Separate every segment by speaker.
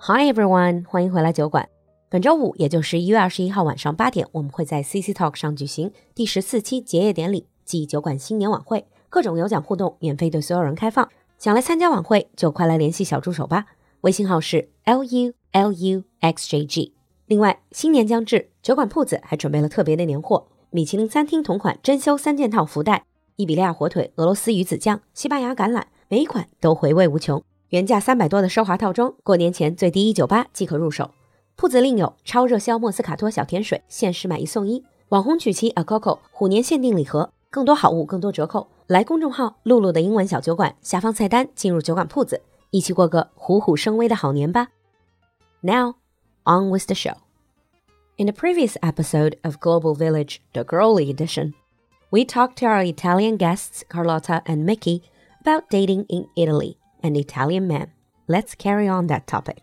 Speaker 1: Hi everyone，欢迎回来酒馆。本周五，也就是一月二十一号晚上八点，我们会在 CC Talk 上举行第十四期结业典礼暨酒馆新年晚会，各种有奖互动免费对所有人开放。想来参加晚会，就快来联系小助手吧，微信号是 lu lu xjg。另外，新年将至，酒馆铺子还准备了特别的年货：米其林餐厅同款珍馐三件套福袋、伊比利亚火腿、俄罗斯鱼子酱、西班牙橄榄，每一款都回味无穷。原价三百多的奢华套装，过年前最低一九八即可入手。铺子另有超热销莫斯卡托小甜水，限时买一送一；网红曲奇 A Coco 虎年限定礼盒，更多好物，更多折扣。来公众号“露露的英文小酒馆”下方菜单进入酒馆铺子，一起过个虎虎生威的好年吧。Now, on with the show. In the previous episode of Global Village, the girly edition, we talked to our Italian guests Carlotta and Mickey about dating in Italy and Italian men. Let's carry on that topic.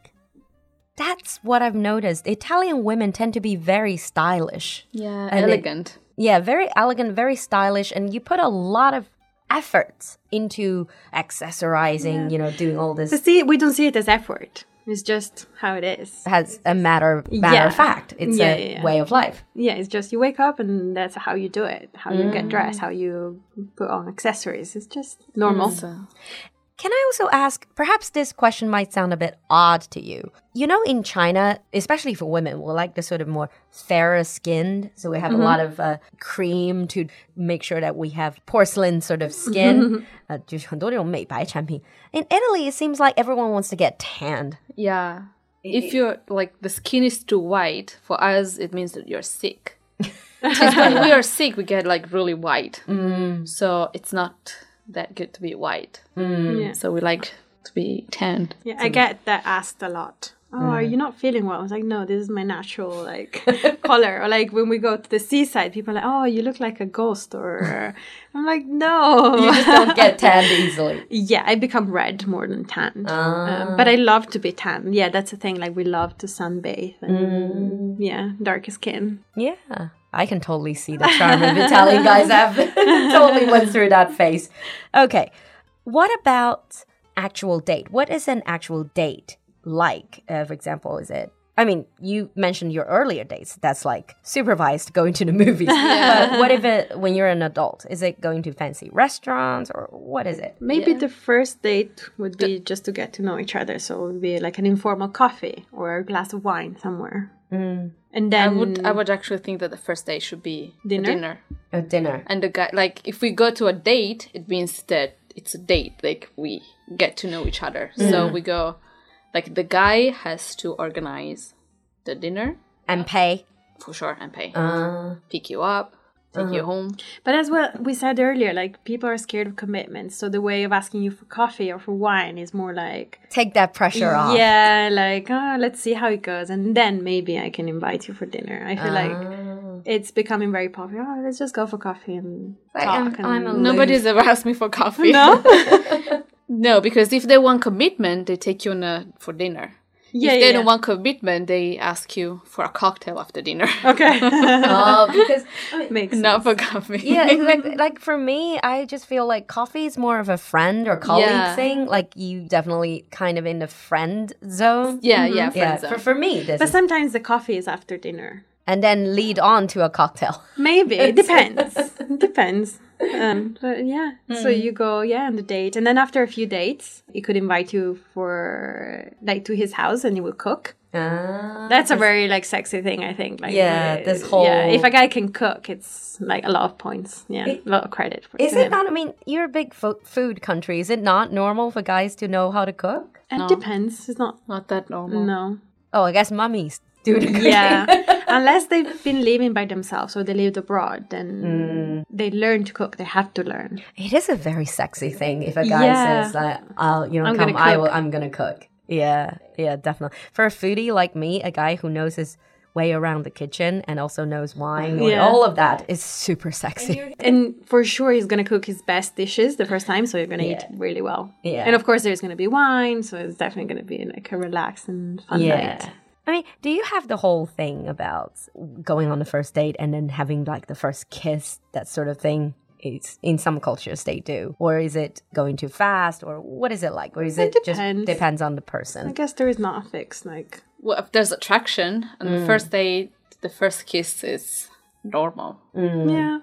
Speaker 1: That's what I've noticed. Italian women tend to be very stylish.
Speaker 2: Yeah,
Speaker 1: And it-
Speaker 2: elegant.
Speaker 1: Yeah, very elegant, very stylish, and you put a lot of effort into accessorizing, you know, doing all this
Speaker 2: see, we don't see it as effort. It's just how it is.
Speaker 1: as a matter of, matter
Speaker 2: Yeah.
Speaker 1: of fact. It's
Speaker 2: Yeah,
Speaker 1: a
Speaker 2: yeah, yeah.
Speaker 1: way of life.
Speaker 2: Yeah, it's just you wake up and that's how you do it. How you get dressed, how you put on accessories. It's just normal.
Speaker 1: Can I also ask, perhaps this question might sound a bit odd to you. You know, in China, especially for women, we like the sort of more fairer skinned. So we have a lot of uh, cream to make sure that we have porcelain sort of skin. uh, 就是很多这种美白产品. in Italy, it seems like everyone wants to get tanned.
Speaker 3: Yeah. If you're like the skin is too white for us, it means that you're sick. 'Cause when we are sick, we get like really white.
Speaker 2: Mm.
Speaker 3: So it's not that good to be white.
Speaker 1: Mm.
Speaker 2: Yeah.
Speaker 3: So we like to be tanned.
Speaker 2: Yeah, I get that asked a lot. Oh, are
Speaker 1: Mm.
Speaker 2: you not feeling well? I was like, no, this is my natural like color. Or like when we go to the seaside, people are like, oh, you look like a ghost. Or I'm like, no,
Speaker 1: You just don't get tanned easily.
Speaker 2: Yeah, I become red more than tanned. Um,
Speaker 3: Ah.
Speaker 2: but I love to be tanned. Yeah, that's the thing. Like, we love to sunbathe
Speaker 3: Mm.
Speaker 2: and, yeah, darker skin.
Speaker 1: Yeah. I can totally see the charm of Italian guys. I've totally went through that phase. Okay. What about actual date? What is an actual date like? Uh, for example, is it? I mean, you mentioned your earlier dates. That's like supervised going to the movies. But what if it when you're an adult? Is it going to fancy restaurants or what is it?
Speaker 2: Maybe the first date would be just to get to know each other. So it would be like an informal coffee or a glass of wine somewhere.
Speaker 3: Mm.
Speaker 2: And
Speaker 3: I
Speaker 2: then
Speaker 3: would I would actually think that the first day should be a
Speaker 2: Dinner?
Speaker 3: dinner.
Speaker 1: A dinner.
Speaker 3: And the guy like if we go to a date, it means that it's a date. Like we get to know each other.
Speaker 2: Mm.
Speaker 3: So we go like the guy has to organize the dinner
Speaker 1: And pay.
Speaker 3: for sure and
Speaker 2: Ah.
Speaker 3: pay.
Speaker 1: Uh,
Speaker 3: pick you up, take you
Speaker 1: Uh-huh.
Speaker 3: home.
Speaker 2: But as well, we said earlier, like people are scared of commitments. So the way of asking you for coffee or for wine is more like,
Speaker 1: take that pressure off.
Speaker 2: yeah, like oh, let's see how it goes, and then maybe I can invite you for dinner. I feel like
Speaker 1: Ah.
Speaker 2: it's becoming very popular. Oh, let's just go for coffee and
Speaker 1: Like,
Speaker 2: talk.
Speaker 1: I'm-
Speaker 2: and...
Speaker 1: I'm a-
Speaker 3: Nobody's ever asked me for coffee.
Speaker 2: no,
Speaker 3: no, because if they want commitment, they take you on a, for dinner.
Speaker 2: yeah,
Speaker 3: if
Speaker 2: yeah,
Speaker 3: they
Speaker 2: yeah.
Speaker 3: don't want commitment, they ask you for a cocktail after dinner,
Speaker 2: okay,
Speaker 1: Oh, because
Speaker 2: makes sense.
Speaker 3: not for coffee.
Speaker 1: yeah exactly like for me i just feel like coffee is more of a friend or colleague
Speaker 3: Yeah.
Speaker 1: thing like you definitely kind of in the friend zone
Speaker 3: yeah, yeah,
Speaker 1: Mm-hmm. yeah
Speaker 3: friend zone.
Speaker 1: for, for me this
Speaker 2: But
Speaker 1: is,
Speaker 2: sometimes the coffee is after dinner.
Speaker 1: and then lead on to a cocktail
Speaker 2: Maybe it depends. depends. Um, but yeah, so
Speaker 1: Hmm.
Speaker 2: you go yeah on the date, and then after a few dates, he could invite you for like to his house, and he will cook.
Speaker 3: Ah,
Speaker 2: That's a very like sexy thing, I think. Like
Speaker 1: Yeah,
Speaker 2: uh,
Speaker 1: this
Speaker 2: yeah.
Speaker 1: whole-
Speaker 2: If a guy can cook, it's like a lot of points. Yeah, a lot of credit. For
Speaker 1: is
Speaker 2: to
Speaker 1: it
Speaker 2: him.
Speaker 1: not i mean you're a big fo- food country is it not normal for guys to know how to cook
Speaker 2: It depends. It's not.
Speaker 3: Not that normal.
Speaker 2: No.
Speaker 1: oh i guess mummies do the cooking
Speaker 2: Yeah, unless they've been living by themselves or they lived abroad,
Speaker 1: Mm.
Speaker 2: then they learn to cook. They have to learn.
Speaker 1: it is a very sexy thing if a guy
Speaker 2: Yeah.
Speaker 1: says that i'll you know
Speaker 2: I'm
Speaker 1: come
Speaker 2: gonna
Speaker 1: i will
Speaker 2: cook.
Speaker 1: i'm gonna cook yeah yeah definitely for a foodie like me a guy who knows his way around the kitchen and also knows wine and
Speaker 2: Yeah.
Speaker 1: all of that is super sexy
Speaker 2: And for sure, he's gonna cook his best dishes the first time, so you're gonna eat really well.
Speaker 1: Yeah.
Speaker 2: And of course, there's gonna be wine, so it's definitely gonna be like a relaxed and fun night.
Speaker 1: i mean do you have the whole thing about going on the first date and then having like the first kiss that sort of thing it's in some cultures they do or is it going too fast or what is it like or is it,
Speaker 2: It
Speaker 1: just
Speaker 2: depends.
Speaker 1: depends on the person
Speaker 2: I guess there is not a fix. Like,
Speaker 3: Well, if there's attraction, and
Speaker 1: Mm.
Speaker 3: the first date, the first kiss is normal.
Speaker 1: Mm.
Speaker 2: yeah,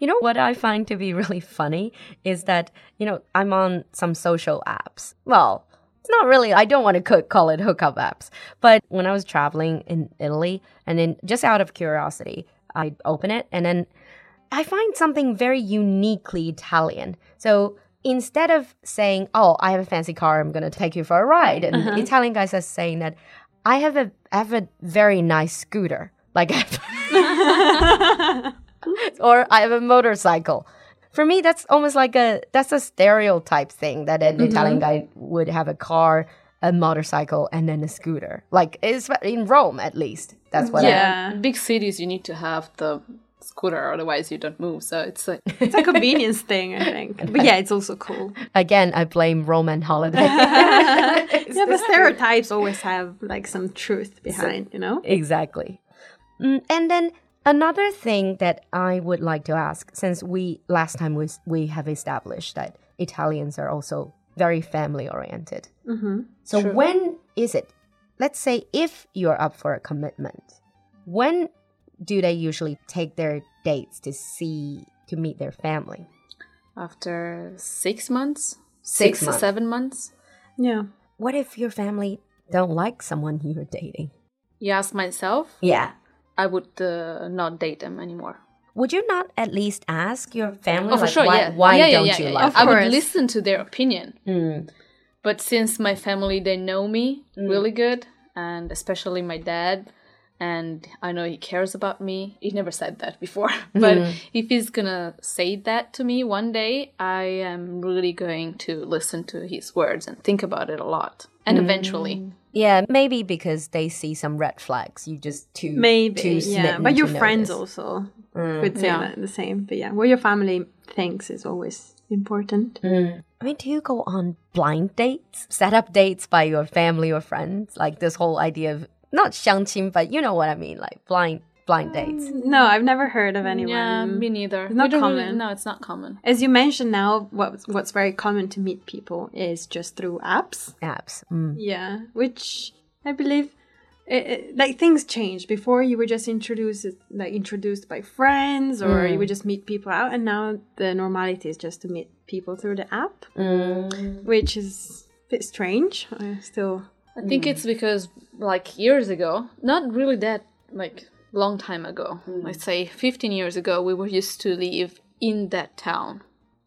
Speaker 1: You know what I find to be really funny is that, you know, I'm on some social apps. Well, it's not really, I don't want to co- call it hookup apps. But when I was traveling in Italy, and then just out of curiosity, I open it and then I find something very uniquely Italian. So instead of saying, oh, I have a fancy car, I'm going to take you for a ride, and the Italian guys are saying that I have a, I have a very nice scooter. Like, I have- or I have a motorcycle. For me, that's almost like a that's a stereotype thing that
Speaker 2: Mm-hmm.
Speaker 1: an Italian guy would have a car, a motorcycle, and then a scooter. Like it's in Rome, at least. That's what. I,
Speaker 2: Yeah.
Speaker 3: In big cities, you need to have the scooter, otherwise you don't move. So it's like
Speaker 2: it's a convenience thing, I think. But yeah, it's also cool.
Speaker 1: again, I blame Rome and holiday.
Speaker 2: yeah, but stereotypes always have like some truth behind, you know?
Speaker 1: exactly. Mm, and then another thing that I would like to ask, since we last time we we have established that Italians are also very family oriented.
Speaker 2: hmm
Speaker 1: So when is it? Let's say if you're up for a commitment, when do they usually take their dates to see to meet their family?
Speaker 3: after six months,
Speaker 1: Six
Speaker 3: to
Speaker 1: months.
Speaker 3: seven months.
Speaker 2: Yeah.
Speaker 1: What if your family don't like someone you're dating?
Speaker 3: You ask myself,
Speaker 1: Yeah.
Speaker 3: I would uh, not date them anymore.
Speaker 1: Would you not at least ask your family
Speaker 3: Oh, for
Speaker 1: like,
Speaker 3: sure,
Speaker 1: why,
Speaker 3: yeah.
Speaker 1: why
Speaker 3: Yeah, yeah,
Speaker 1: don't
Speaker 3: yeah,
Speaker 1: you
Speaker 3: yeah,
Speaker 1: like?
Speaker 3: yeah. I would
Speaker 2: course.
Speaker 3: listen to their opinion.
Speaker 1: Mm.
Speaker 3: But since my family, they know me really good, and especially my dad, and I know he cares about me. He never said that before, but
Speaker 1: Mm-hmm.
Speaker 3: if he's gonna say that to me one day, I am really going to listen to his words and think about it a lot. And eventually,
Speaker 1: Mm. Yeah, maybe because they see some red flags. You just too
Speaker 2: Maybe.
Speaker 1: too
Speaker 2: yeah.
Speaker 1: smitten
Speaker 2: But your
Speaker 1: to
Speaker 2: friends
Speaker 1: notice. Mm.
Speaker 2: also would say
Speaker 3: Yeah.
Speaker 2: that the same. But yeah, what your family thinks is always important.
Speaker 1: I mean, do you go on blind dates, set up dates by your family or friends? Like this whole idea of not 相亲, but you know what I mean, like blind blind dates.
Speaker 2: No, I've never heard of anyone.
Speaker 3: yeah, me neither.
Speaker 2: It's not
Speaker 3: We don't really-
Speaker 2: common.
Speaker 3: no, it's not common.
Speaker 2: As you mentioned now, what's what's very common to meet people is just through apps.
Speaker 1: Apps. Mm.
Speaker 2: Yeah, which I believe, it, it- like things change. Before you were just introduced, like introduced by friends, or you would just meet people out, and now the normality is just to meet people through the app, which is a bit strange. I still,
Speaker 3: I think it's because like years ago, not really that like long time ago, let's say 15 years ago, we were used to live in that town,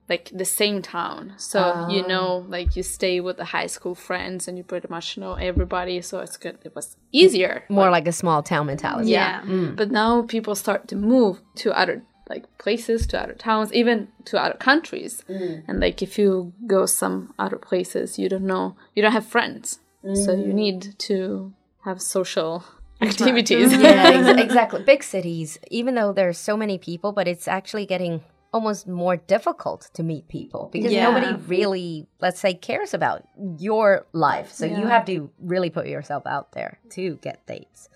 Speaker 3: like the same town. So you know, like you stay with the high school friends and you pretty much know everybody. So it's good. It was easier.
Speaker 1: More like a small town mentality.
Speaker 3: Yeah. But now people start to move to other like places, to other towns, even to other countries. And like if you go some other places, you don't know, you don't have friends. So you need to have social activities.
Speaker 1: Yeah, ex- exactly. Big cities, even though there are so many people, but it's actually getting almost more difficult to meet people because
Speaker 2: Yeah.
Speaker 1: nobody really, let's say, cares about your life. So you have to really put yourself out there to get dates.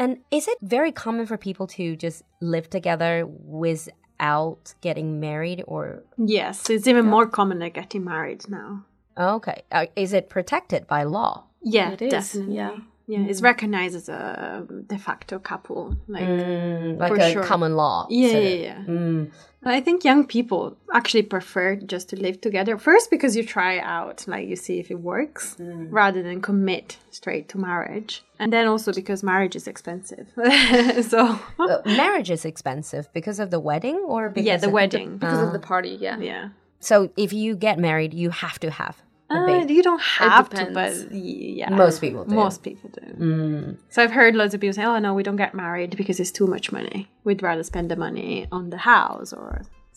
Speaker 1: And is it very common for people to just live together without getting married or?
Speaker 2: yes, it's even more common like getting married now.
Speaker 1: Okay. Uh, is it protected by law?
Speaker 2: Yeah,
Speaker 3: It is,
Speaker 2: definitely. Mm.
Speaker 3: yeah.
Speaker 2: yeah, it's recognized as a de facto couple, like.
Speaker 1: like
Speaker 2: Mm, For
Speaker 1: a
Speaker 2: sure.
Speaker 1: common law?
Speaker 2: Yeah,
Speaker 1: sort of-
Speaker 2: yeah, yeah.
Speaker 1: Mm.
Speaker 2: I think young people actually prefer just to live together first because you try out, like you see if it works,
Speaker 1: Mm.
Speaker 2: rather than commit straight to marriage. And then also because marriage is expensive. so,
Speaker 1: Uh, marriage is expensive because of the wedding or because
Speaker 2: yeah, the
Speaker 1: of-
Speaker 2: wedding.
Speaker 1: Uh,
Speaker 3: Because of the party, Uh. yeah.
Speaker 2: yeah.
Speaker 1: So if you get married, you have to have a
Speaker 2: Uh,
Speaker 1: baby.
Speaker 2: you don't have to, but
Speaker 3: depends.
Speaker 2: y- yeah.
Speaker 1: Most people do. Mm.
Speaker 2: Most people do. So I've heard loads of people say, oh, no, we don't get married because it's too much money. We'd rather spend the money on the house or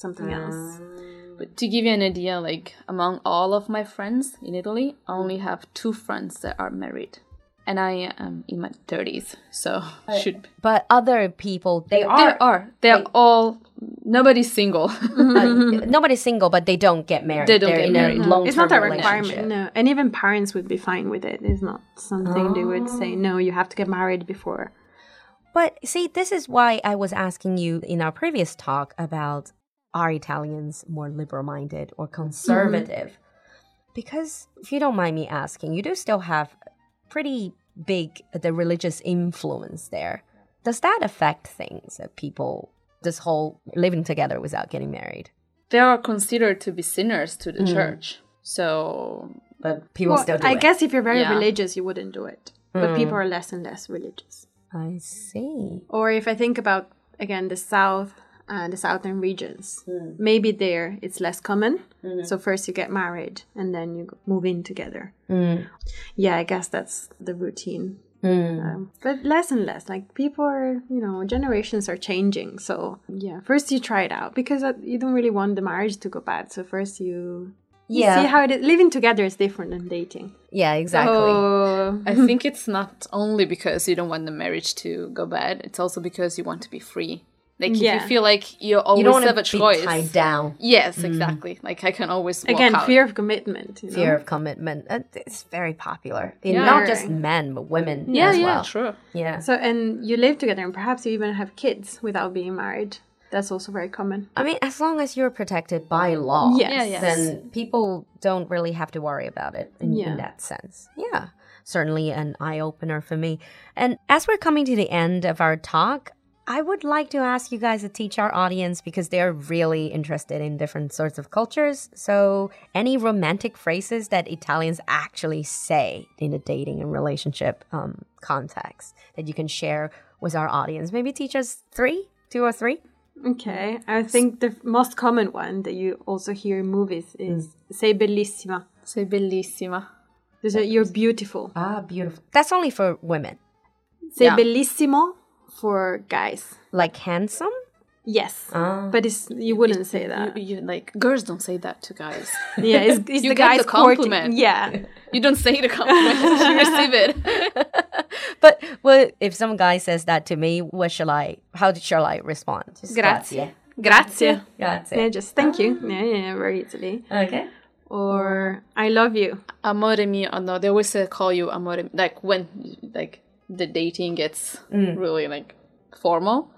Speaker 2: something
Speaker 1: Mm.
Speaker 2: else.
Speaker 3: But to give you an idea, like among all of my friends in Italy, I only have two friends that are married. And I am in my 30s, so should be.
Speaker 1: But other people, they are.
Speaker 3: There are. They're all. Nobody's single.
Speaker 1: uh, nobody's single, but they don't get married.
Speaker 3: They don't
Speaker 1: are
Speaker 3: get
Speaker 1: in
Speaker 3: married.
Speaker 1: a long
Speaker 2: It's not a requirement, no. And even parents would be fine with it. It's not something they would
Speaker 1: Oh.
Speaker 2: say, no, you have to get married before.
Speaker 1: But see, this is why I was asking you in our previous talk about are Italians more liberal minded or
Speaker 2: Mm-hmm.
Speaker 1: conservative? Because if you don't mind me asking, you do still have pretty big uh, the religious influence there. Does that affect things that people this whole living together without getting married?
Speaker 3: They are considered to be sinners to
Speaker 1: Mm.
Speaker 3: the church. So
Speaker 1: But people
Speaker 2: Well,
Speaker 1: still do
Speaker 2: I
Speaker 1: it. Mm.
Speaker 2: guess if you're very
Speaker 3: Yeah.
Speaker 2: religious, you wouldn't do it. But people are less and less religious.
Speaker 1: I see.
Speaker 2: Or if I think about again the south, uh, the southern regions,
Speaker 1: Mm.
Speaker 2: maybe there it's less common.
Speaker 1: Mm-hmm.
Speaker 2: So first you get married and then you go- move in together.
Speaker 1: Mm.
Speaker 2: Yeah, I guess that's the routine. Um, but less and less, like people are, you know, generations are changing. So yeah, first you try it out because uh, you don't really want the marriage to go bad. So first you, you
Speaker 1: Yeah.
Speaker 2: see how it is. Living together is different than dating.
Speaker 1: Yeah, exactly.
Speaker 2: Oh, So
Speaker 1: Mm-hmm.
Speaker 3: I think it's not only because you don't want the marriage to go bad, it's also because you want to be free. Like if
Speaker 2: Yeah.
Speaker 3: you feel like you always
Speaker 1: you don't
Speaker 3: have a
Speaker 1: want to be
Speaker 3: choice.
Speaker 1: tied down. Mm.
Speaker 3: Yes, exactly. Like I can always walk
Speaker 2: again,
Speaker 3: out.
Speaker 2: fear of commitment. You know?
Speaker 1: Fear of commitment. Uh, It's very popular. In
Speaker 3: Yeah.
Speaker 1: Not just men, but women
Speaker 3: Yeah,
Speaker 1: as
Speaker 3: yeah,
Speaker 1: well.
Speaker 3: true.
Speaker 1: Yeah.
Speaker 2: So, and you live together, and perhaps you even have kids without being married. That's also very common.
Speaker 1: I mean, as long as you're protected by law,
Speaker 2: Yes.
Speaker 3: Yeah, yes.
Speaker 1: then people don't really have to worry about it in, in
Speaker 2: Yeah.
Speaker 1: that sense. Yeah, certainly an eye opener for me. And as we're coming to the end of our talk, I would like to ask you guys to teach our audience because they are really interested in different sorts of cultures. So, any romantic phrases that Italians actually say in a dating and relationship um, context that you can share with our audience? Maybe teach us three, two or three.
Speaker 2: Okay, I think the most common one that you also hear in movies is
Speaker 3: Mm.
Speaker 2: "Sei bellissima,"
Speaker 3: Sei bellissima.
Speaker 2: They say, "You're beautiful."
Speaker 1: Ah, beautiful. That's only for women.
Speaker 2: "Sei
Speaker 3: Yeah.
Speaker 2: bellissimo" for guys.
Speaker 1: Like handsome?
Speaker 2: Yes,
Speaker 1: Ah.
Speaker 2: but it's you wouldn't say that.
Speaker 3: You, you like girls don't say that to guys.
Speaker 2: yeah, it's, it's
Speaker 3: You
Speaker 2: the
Speaker 3: get
Speaker 2: guys
Speaker 3: the
Speaker 2: courting-
Speaker 3: compliment.
Speaker 2: Yeah,
Speaker 3: You don't say the compliment. you receive it.
Speaker 1: But well, if some guy says that to me, what shall I? How shall I respond? Just
Speaker 3: Grazie. Grazie.
Speaker 1: Grazie.
Speaker 2: yeah, just thank you. Yeah, yeah, yeah, very easily.
Speaker 1: Okay.
Speaker 2: Or "I love you."
Speaker 3: Amore mio. Oh, no, they always uh, call you amore. mi- Like when like the dating gets really like formal,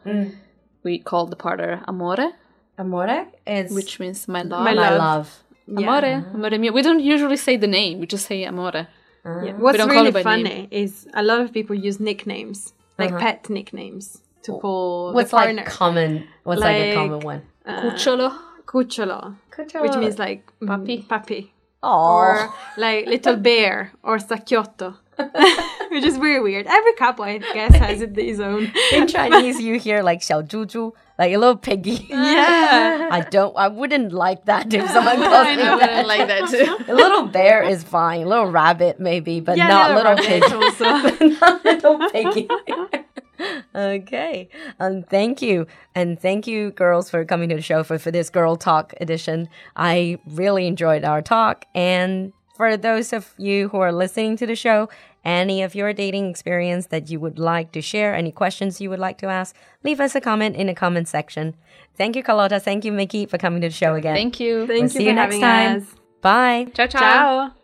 Speaker 3: we call the partner amore,
Speaker 1: Amore is
Speaker 3: which means my love.
Speaker 1: my
Speaker 2: My
Speaker 1: love.
Speaker 2: love.
Speaker 3: Amore, amore mio. We don't usually say the name. We just say amore.
Speaker 2: Yeah. What's
Speaker 3: don't call it
Speaker 2: really
Speaker 3: by
Speaker 2: funny
Speaker 3: name.
Speaker 2: is a lot of people use nicknames, like pet nicknames, to call
Speaker 1: What's
Speaker 2: the
Speaker 1: like
Speaker 2: partner.
Speaker 1: common? What's like, a
Speaker 2: Like-
Speaker 1: common one?
Speaker 3: Uh. Cucciolo.
Speaker 2: Cucciolo, which
Speaker 1: Uh,
Speaker 2: means like puppy, puppy,
Speaker 1: Aww.
Speaker 2: or like little bear or sacchiotto, which is very weird. Every couple, I guess, has it his own.
Speaker 1: In Chinese, you hear like 小猪猪, like a little piggy.
Speaker 2: yeah,
Speaker 1: I don't. I wouldn't like that if someone calls me
Speaker 3: I
Speaker 1: that.
Speaker 3: wouldn't like that too.
Speaker 1: A little bear is fine. little rabbit maybe, but
Speaker 2: yeah,
Speaker 1: not
Speaker 2: yeah,
Speaker 1: little
Speaker 2: rabbit
Speaker 1: piggy.
Speaker 2: also.
Speaker 1: Not little piggy. okay. Um, thank you. And thank you, girls, for coming to the show for, for this Girl Talk edition. I really enjoyed our talk. And for those of you who are listening to the show, any of your dating experience that you would like to share, any questions you would like to ask, leave us a comment in the comment section. Thank you, Carlotta. Thank you, Mickey, for coming to the show again.
Speaker 3: Thank you.
Speaker 2: Thank
Speaker 1: We'll
Speaker 2: you
Speaker 1: see you
Speaker 2: for
Speaker 1: next
Speaker 2: having
Speaker 1: time.
Speaker 2: us.
Speaker 1: Bye.
Speaker 3: Ciao, ciao.
Speaker 2: Ciao.